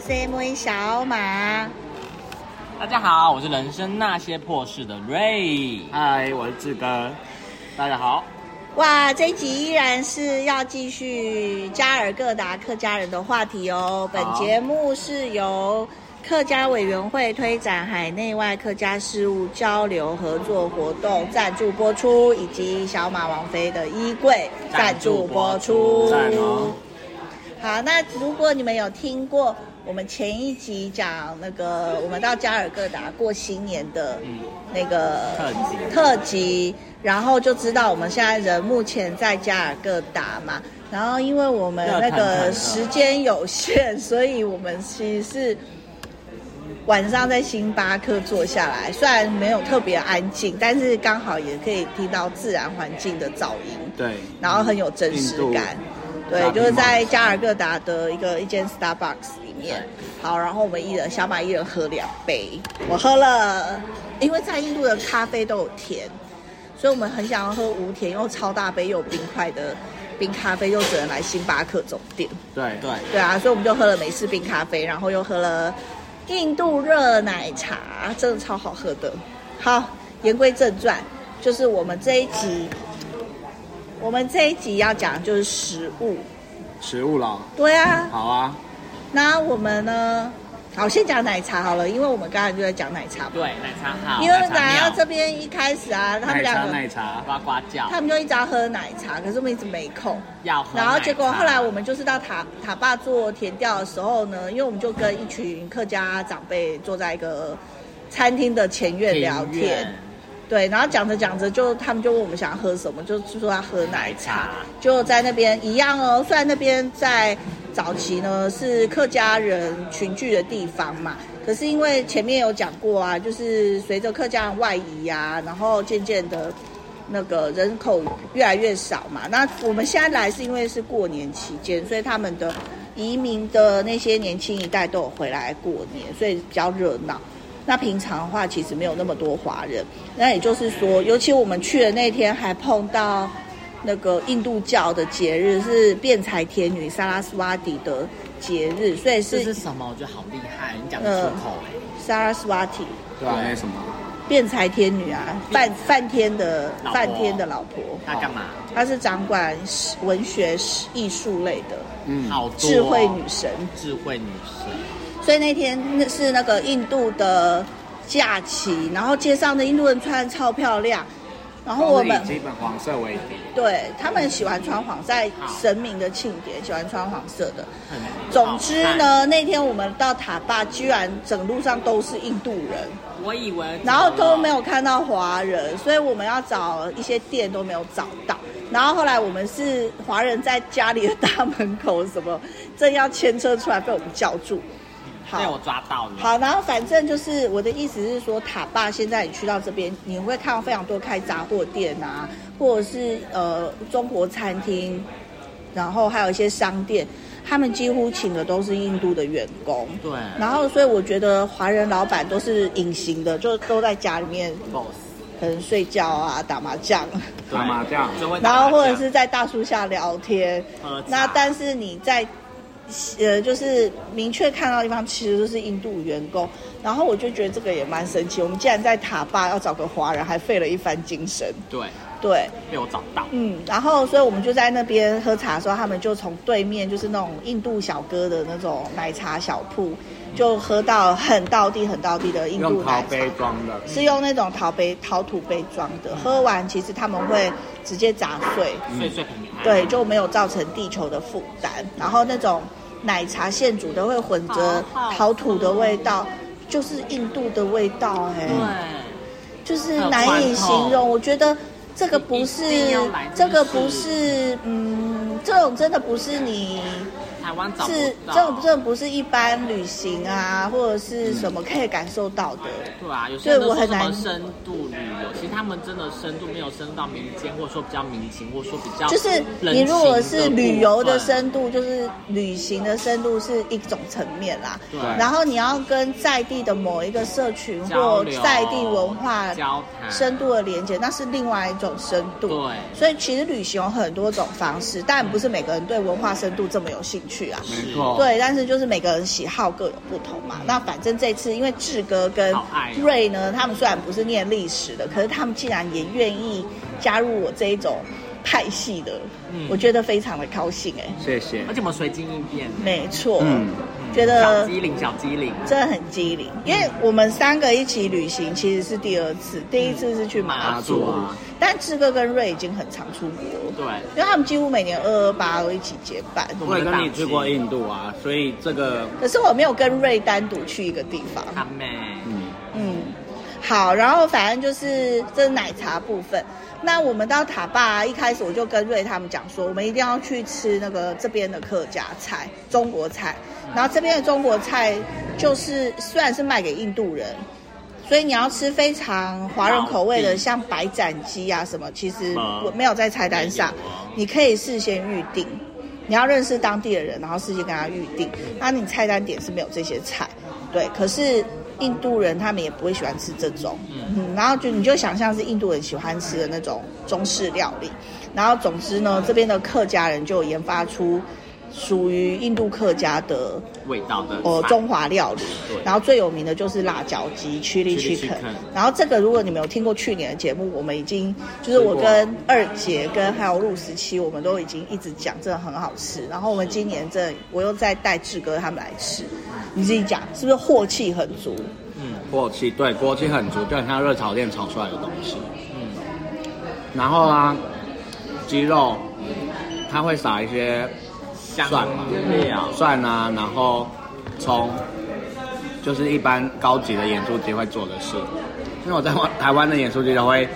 CV 小马，大家好，我是人生那些破事的 Ray。嗨，我是志哥，大家好。哇，这一集依然是要继续加尔各答客家人的话题哦。本节目是由客家委员会推展海内外客家事务交流合作活动赞助播出，以及小马王妃的衣柜赞助播出。赞哦好，那如果你们有听过我们前一集讲那个我们到加尔各答过新年的嗯那个特辑特辑，然后就知道我们现在人目前在加尔各答嘛。然后因为我们那热腾腾个的时间有限，所以我们其实是晚上在星巴克坐下来，虽然没有特别安静，但是刚好也可以听到自然环境的噪音。对，然后很有真实感。对，大就是屏幕在加尔各答的一个一间 Starbucks 里面。好，然后我们一人小马一人喝两杯，我喝了，因为在印度的咖啡都有甜，所以我们很想要喝无甜又超大杯又有冰块的冰咖啡，又只能来星巴克总店。对对，对啊，所以我们就喝了美式冰咖啡，然后又喝了印度热奶茶，真的超好喝的。好，言归正传，就是我们这一集，我们这一集要讲的就是食物。食物了，对啊，好啊，那我们呢？好，先讲奶茶好了，因为我们刚才就在讲奶茶嘛。对，奶茶好，因为奶奶茶茶这边一开始啊，他们奶两茶个奶茶，呱呱叫，他们就一直要喝奶茶，可是我们一直没空。要喝奶茶。然后结果后来我们就是到塔塔坝做填调的时候呢，因为我们就跟一群客家长辈坐在一个餐厅的前院聊庭天院，，对，然后讲着讲着就他们就问我们想喝什么，就说要喝奶茶奶茶，就在那边一样哦。虽然那边在早期呢是客家人群聚的地方嘛，可是因为前面有讲过啊，就是随着客家人外移啊，然后渐渐的。那个人口越来越少嘛，那我们现在来是因为是过年期间，所以他们的移民的那些年轻一代都有回来过年，所以比较热闹。那平常的话，其实没有那么多华人。那也就是说，尤其我们去的那天还碰到那个印度教的节日，是辩才天女萨拉斯瓦迪的节日，所以这是是嗯什么？我觉得好厉害，你讲得出口哎。萨拉斯瓦提对吧？那什么，辩才天女啊，梵梵天的老婆梵天的老婆，他干嘛？她是掌管文学艺术类的嗯，好多哦智慧女，神。智慧女神，所以那天那是那个印度的假期，然后街上的印度人穿得超漂亮，然后我们都是以基本黄色为底，对他们喜欢穿黄，在神明的庆典喜欢穿黄色的。很总之好呢，那天我们到塔坝，居然整路上都是印度人，看，我以为然后都没有看到华人，所以我们要找一些店都没有找到。然后后来我们是华人在家里的大门口什么，正要牵车出来被我们叫住。好，被我抓到了。好，然后反正就是我的意思是说，塔坝现在你去到这边，你会看到非常多开杂货店啊，或者是呃中国餐厅，然后还有一些商店，他们几乎请的都是印度的员工。对然后，所以我觉得华人老板都是隐形的，就都在家里面，boss，可能睡觉啊、打麻将，打麻将，就会打然后或者麻将是在大树下聊天。喝茶那但是你在呃，就是明确看到的地方，其实都是印度员工。然后我就觉得这个也蛮神奇，我们竟然在塔坝要找个华人，还费了一番精神。对对，被我找到，嗯，然后所以我们就在那边喝茶的时候，他们就从对面就是那种印度小哥的那种奶茶小铺，就喝到很道地很道地的印度用奶陶茶。杯装的，是用那种陶杯、陶土杯装的，喝完其实他们会直接砸碎，岁岁平安。对，就没有造成地球的负担。然后那种奶茶现煮的会混着好好陶土的味道，就是印度的味道、哎、对，就是难以形很宽容。我觉得这个不一定是要来，这个不是，嗯，这种真的不是你台湾找不是到。这种这种不是一般旅行啊，或者嗯是什么可以感受到的。对啊，有些人对我都说很什难么深度旅游，其实他们真的深度没有深入到民间，或者说比较民情，或者说比较就是人你如果情是旅游的部分，深度，就是旅行的深度是一种层面啦。对，然后你要跟在地的某一个社群交或流在地文化交谈啊深度的连接，那是另外一种深度。嗯对所以其实旅行有很多种方式，但不是每个人对文化深度这么有兴去啊。没嗯错，，对，但是就是每个人喜好各有不同嘛。那反正这次因为志哥跟好爱哦瑞呢，他们虽然不是念历史的，可是他们竟然也愿意加入我这一种派系的，嗯我觉得非常的高兴哎、谢谢而。且我们随机应变，没错，嗯，觉小得机灵，小机灵，真的很机灵，因为我们三个一起旅行其实是第二次，第一次是去马马祖，祖啊但志哥跟瑞已经很常出国了，对，因为他们几乎每年二二八都一起结伴。我我们也的跟你档去过期印度啊，所以这个可是我没有跟瑞单独去一个地方，他妹，嗯，嗯，好，然后反正就是这是奶茶部分。那我们到塔坝、一开始我就跟瑞他们讲说，我们一定要去吃那个这边的客家菜、中国菜。然后这边的中国菜就是虽然是卖给印度人，所以你要吃非常华人口味老的，地像白斩鸡啊什么，其实嗯我没有在菜单上没有哦，你可以事先预定。你要认识当地的人，然后事先跟他预定。那你菜单点是没有这些菜，对。可是印度人他们也不会喜欢吃这种，嗯，然后就你就想象是印度人喜欢吃的那种中式料理。然后总之呢，这边的客家人就有研发出属于印度客家的味道的呃菜中华料理对，然后最有名的就是辣椒鸡 （Chili Chili Chicken） chicken。然后这个如果你们有听过去年的节目，我们已经就是吃我过跟二姐跟还有陆十七，我们都已经一直讲，真的很好吃。然后我们今年这我又再带志哥他们来吃，你自己讲是不是火气很足？锅气对锅气很足，就很像热炒店炒出来的东西。嗯然后啊，鸡肉它会撒一些香蒜嘛料，蒜啊，然后葱，就是一般高级的演出机会做的事。因为我在台湾的演出机都会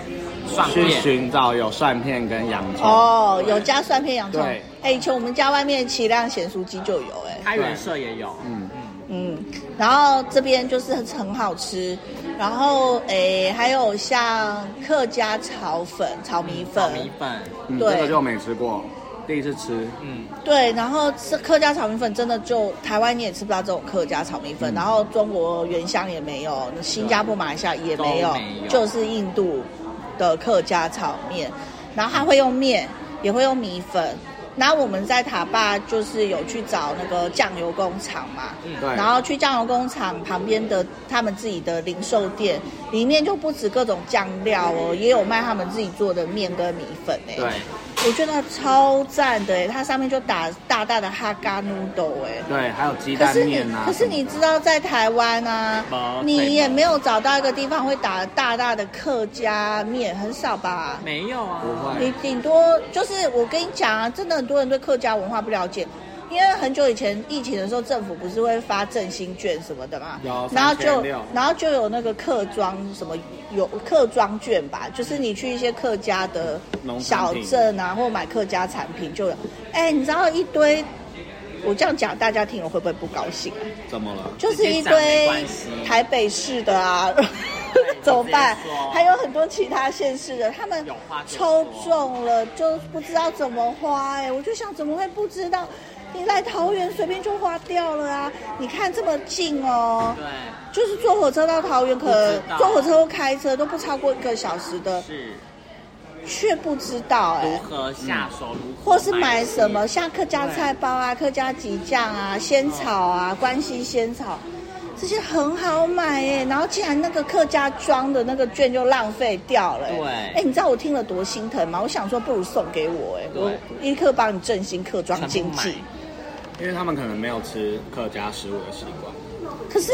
蒜去片，寻找有蒜片跟洋葱。哦，有加蒜片、洋葱。对哎，以前我们家外面齐亮咸酥鸡就有、哎，开元社也有，嗯，嗯，然后这边就是很好吃，然后诶还有像客家炒粉、炒米粉，炒米粉，嗯对这个就没吃过，第一次吃。嗯，对，然后这客家炒米粉真的就台湾你也吃不到这种客家炒米粉，嗯然后中国原乡也没有，新加坡、马来西亚也没有，都没有就是印度的客家炒面，然后它会用面，也会用米粉。然后我们在塔坝就是有去找那个酱油工厂嘛，嗯对，然后去酱油工厂旁边的他们自己的零售店，里面就不止各种酱料哦，也有卖他们自己做的面跟米粉哎、对，我觉得超赞的哎、它上面就打大大的哈嘎 noodle 哎、对，还有鸡可蛋是你面，啊。哦可是你知道，在台湾啊包，你也没有找到一个地方会打大大的客家面，很少吧？没有啊，不会你顶多就是我跟你讲啊，真的很多人对客家文化不了解，因为很久以前疫情的时候，政府不是会发振兴券什么的嘛有，然后就3600然后就有那个客庄什么有客庄券吧，就是你去一些客家的农产小品镇啊，或买客家产品就有。哎，你知道一堆，我这样讲大家听了会不会不高兴啊？怎么了？就是一直接讲没堆关系台北市的啊， 怎么办直接说？还有很多其他县市的，他们有话就抽说中了就不知道怎么花、哎，我就想怎么会不知道？你来桃园随便就花掉了啊！你看这么近哦，对，就是坐火车到桃园，可能不知道坐火车或开车都不超过一个小时的，是却不知道哎、如何下手，如何或是买什么东西像客家菜包啊、客家吉酱啊、仙草啊、关西仙草，这些很好买耶、然后竟然那个客家庄的那个券就浪费掉了、对哎、你知道我听了多心疼吗？我想说不如送给我、哎，我立刻帮你振兴客庄经济全部。因为他们可能没有吃客家食物的习惯。可是，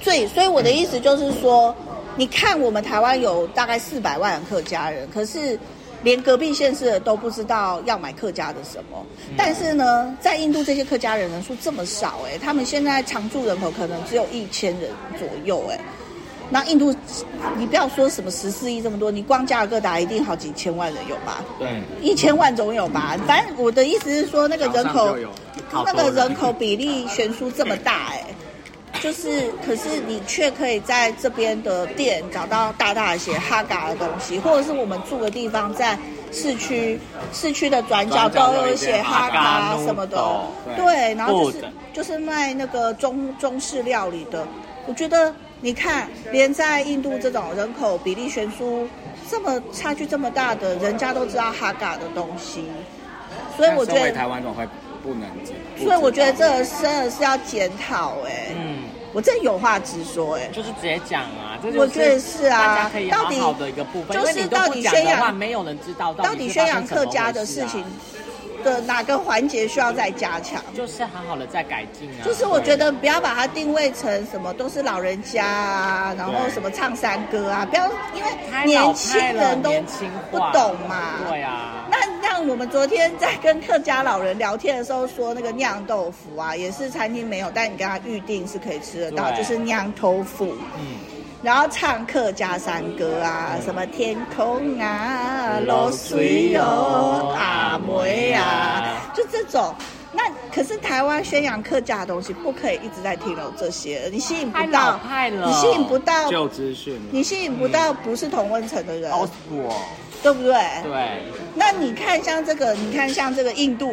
最所以我的意思就是说，你看我们台湾有大概四百万客家人，可是连隔壁县市的都不知道要买客家的什么。嗯但是呢，在印度这些客家人人数这么少、哎，他们现在常住人口可能只有一千人左右、哎。那印度，你不要说什么十四亿这么多，你光加尔各答一定好几千万人有吧？对，一千万总有吧？反正我的意思是说，那个人早口上就有了好那多个人人口比例悬殊这么大、哎，就是可是你却可以在这边的店找到大大写哈嘎的东西，或者是我们住的地方在市区，市区的转角转角都有有一写间哈哈嘎嘎，noodle，什么的，对对，然后就布是的就是卖那个中中式料理的，我觉得。你看，连在印度这种人口比例悬殊这么差距这么大的，人家都知道哈嘎的东西，所以我觉但身为得台湾总会不能接。所以我觉得这个真的是要检讨哎，嗯，我真有话直说哎、就是直接讲啊，这我觉得是啊大家可以好好的一个部分，到底因为你都不就是到底讲宣的话，扬没有人知道到底底宣宣扬客家的啊事情的哪个环节需要再加强？就是好好的在改进啊。就是我觉得不要把它定位成什么都是老人家啊，然后对什么唱山歌啊，不要因为太老年轻派了人都年轻不化懂嘛。对啊，那像我们昨天在跟客家老人聊天的时候说，那个酿豆腐啊，也是餐厅没有，但你跟他预定是可以吃得到，对就是酿豆腐，嗯，然后唱客家山歌啊，什么天空啊，落落水水哦哦，阿梅啊，就这种。那可是台湾宣扬客家的东西，不可以一直在停留这些，你吸引不太老到，派了，你吸引不到，旧资讯了，你吸引不到不是同温层的人，哦我，对不对？对，那你看像这个，你看像这个印度，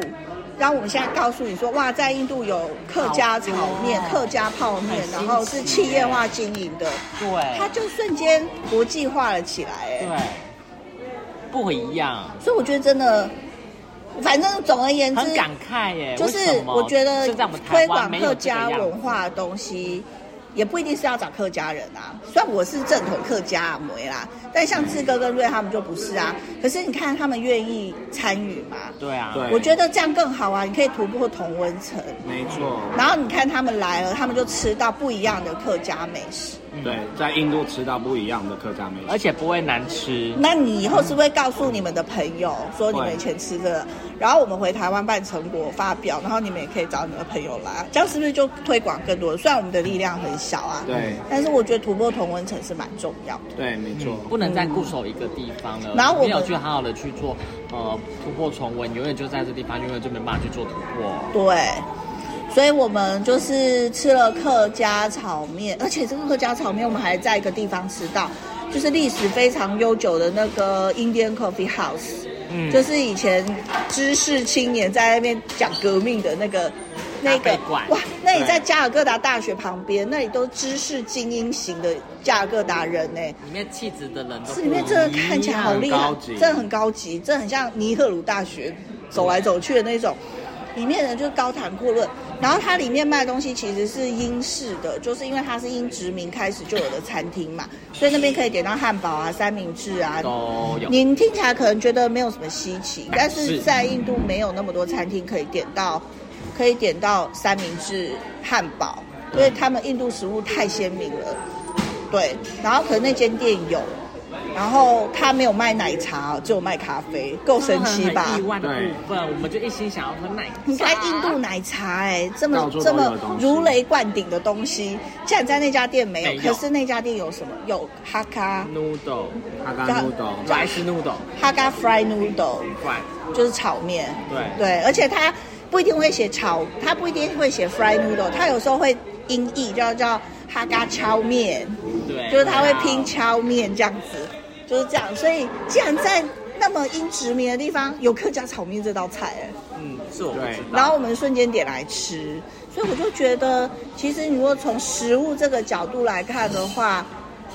然后我们现在告诉你说，哇，在印度有客家炒面、好多客家泡面哦很，新奇然后是企业化经营的，对，它就瞬间国际化了起来。哎，对，不一样，所以我觉得真的，反正总而言之，很感慨耶。就是为什么我觉得现在我们推台湾广没有客这个家样文子，化的东西，也不一定是要找客家人啊。虽然我是正统客家阿梅啦，但像志哥跟瑞他们就不是啊。可是你看他们愿意参与嘛？对啊，对我觉得这样更好啊，你可以突破同温层。没错。然后你看他们来了，他们就吃到不一样的客家美食。嗯对，，在印度吃到不一样的客家美而食，且不会难吃，那你以后是不是会告诉你们的朋友说你们以前吃的？然后我们回台湾办成果发表，然后你们也可以找你们的朋友来，这样是不是就推广更多？虽然我们的力量很小啊，对但是我觉得突破同温层是蛮重要的。对，没错。嗯不能再固守一个地方了。然后我们没有去好好的去做呃突破重温，永远就在这地方，永远就没办法去做突破。对，所以我们就是吃了客家炒面，而且这个客家炒面我们还在一个地方吃到，就是历史非常悠久的那个 Indian Coffee House，、嗯就是以前知识青年在那边讲革命的那个。那咖个啡馆哇，那里对在加尔各答大学旁边，那里都知识精英型的加尔各答人呢、里面气质的人这都不里面真的看起来好厉啊害很高，级真的很高级，真的很像尼赫鲁大学走来走去的那种。里面人就是高谈阔论，然后它里面卖的东西其实是英式的，就是因为它是英殖民开始就有的餐厅嘛，所以那边可以点到汉堡啊、三明治啊。都有。您听起来可能觉得没有什么稀奇，但是是在印度没有那么多餐厅可以点到，可以点到三明治、汉堡，因为他们印度食物太鲜明了。对，然后可能那间店有，然后他没有卖奶茶，只有卖咖啡，够神奇 吧很意？外的部分，我们就一心想要喝奶茶。你看印度奶茶、哎，这到么处都这有么东西如雷贯顶的东西，竟然在那家店没有。没有可是那家店有什么？有哈咖 noodle 哦哈嘎乌冬，来是 noodle 哈咖 fry noodle，饭，就是炒面。对对，而且它不一定会写炒，它不一定会写 fry noodle，它有时候会音译叫叫哈嘎敲面，对，就是它会拼起敲面这样子，就是这样。所以既然在那么英殖民的地方有客家炒面这道菜、哎嗯，是我不知道。然后我们瞬间点来吃，所以我就觉得，其实你如果从食物这个角度来看的话，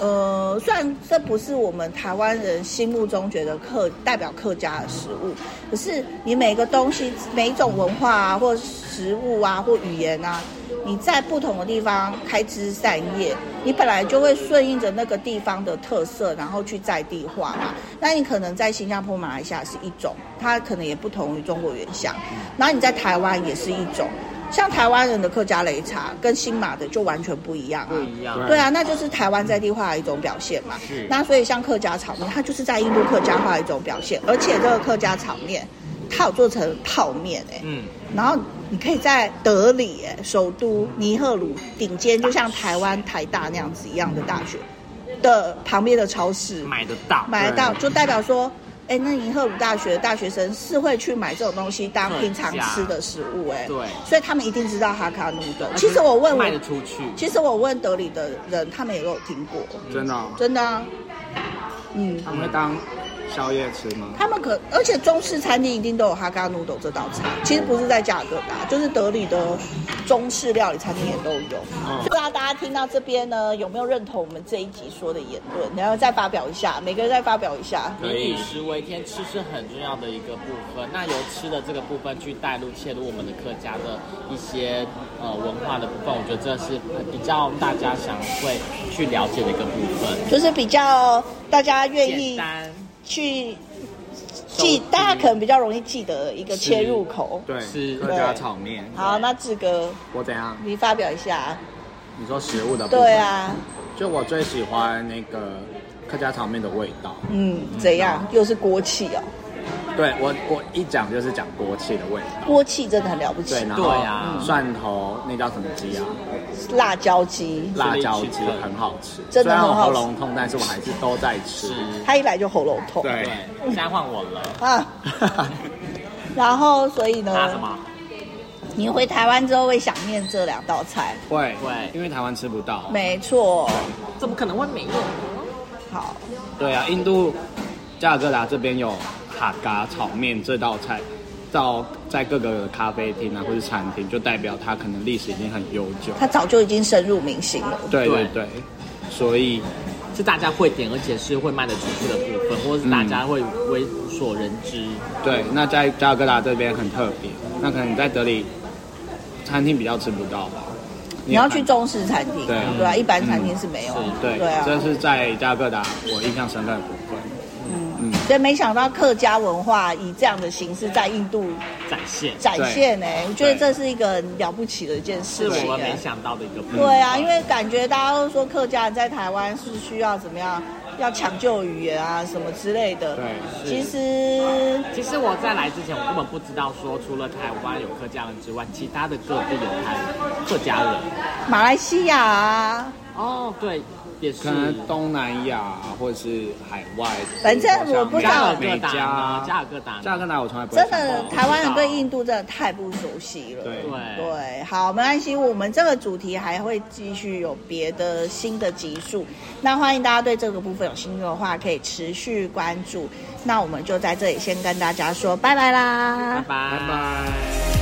呃，虽然这不是我们台湾人心目中觉得客代表客家的食物，可是你每个东西、每一种文化啊，或食物啊，或语言啊，你在不同的地方开枝散叶，你本来就会顺应着那个地方的特色，然后去在地化嘛。那你可能在新加坡、马来西亚是一种，它可能也不同于中国原乡。然后你在台湾也是一种，像台湾人的客家擂茶跟新马的就完全不一样啊。不一样，对对啊，那就是台湾在地化的一种表现嘛。嗯是那所以像客家炒面，它就是在印度客家化的一种表现，而且这个客家炒面，它有做成泡面哎、嗯，然后你可以在德里、哎，首都尼赫鲁顶尖，就像台湾台大那样子一样的大学的旁边的超市买得到，买得到，就代表说，哎，那尼赫鲁大学的大学生是会去买这种东西当平常吃的食物、哎，对所以他们一定知道哈卡努的而。且其实我问卖得我，出去，其实我问德里的人，他们也都有听过，真的哦，真的啊，嗯，他们会当宵夜吃吗？他们可，而且中式餐厅一定都有哈嘎 noodle 这道菜，其实不是在价格大，就是德里的中式料理餐厅也都有。嗯不知道大家听到这边呢，有没有认同我们这一集说的言论？然后再发表一下，每个人再发表一下。可民以以食为天，吃是很重要的一个部分。那由吃的这个部分去带入切入我们的客家的一些呃文化的部分，我觉得这是比较大家想会去了解的一个部分。就是比较大家愿简意单，去收记集，大家可能比较容易记得一个切入口。对，是客家炒面。好，那志哥，我怎样？你发表一下。你说食物的部分？对，啊，就我最喜欢那个客家炒面的味道。嗯，怎样？又是锅气哦，对我，我一讲就是讲锅气的味道。锅气真的很了不起对，。然后对啊蒜头那叫什么鸡啊？嗯辣椒鸡，辣椒鸡很好吃，真虽的然很我好吃喉咙痛，但是我还是都在吃是。，他一来就喉咙痛。对对，，现在换我了。啊，然后所以拿啊什呢，么？你回台湾之后会想念这两道菜， 会会因为台湾吃不到。没错。怎么可能会没有？好，对啊，印度加尔各答这边有哈嘎炒面这道菜，到在各个咖啡厅啊或是餐厅，就代表它可能历史已经很悠久。他早就已经深入民心了。对对对对，所以是大家会点，而且是会卖得出去的部分，或者是大家会为所人知。对，那在加尔各答这边很特别，那可能你在德里餐厅比较吃不到吧。你要去中式餐厅，对对吧？一般餐厅是没有嗯。是对，对啊这是在加尔各答我印象深刻的部分。嗯所以没想到客家文化以这样的形式在印度展现，展现呢、我觉得这是一个很了不起的一件是事情、我们欸没。想到的一个部分。对啊，因为感觉大家都说客家人在台湾是需要怎么样，要抢救语言啊什么之类的。对是其实其实我在来之前，我根本不知道说除了台湾有客家人之外，其他的各地有台客家人。马来西亚啊，哦，对，也是可。能东南亚啊或者是海外，反正我不知加道尔各美答加呢？加啊，尔各答呢，加尔各答我从来不会真想的到台湾人对印度真的太不熟悉了。对对，对，好，没关系，我们这个主题还会继续有别的新的集数。那欢迎大家对这个部分有兴趣的话，可以持续关注。那我们就在这里先跟大家说拜拜啦，拜拜。拜拜。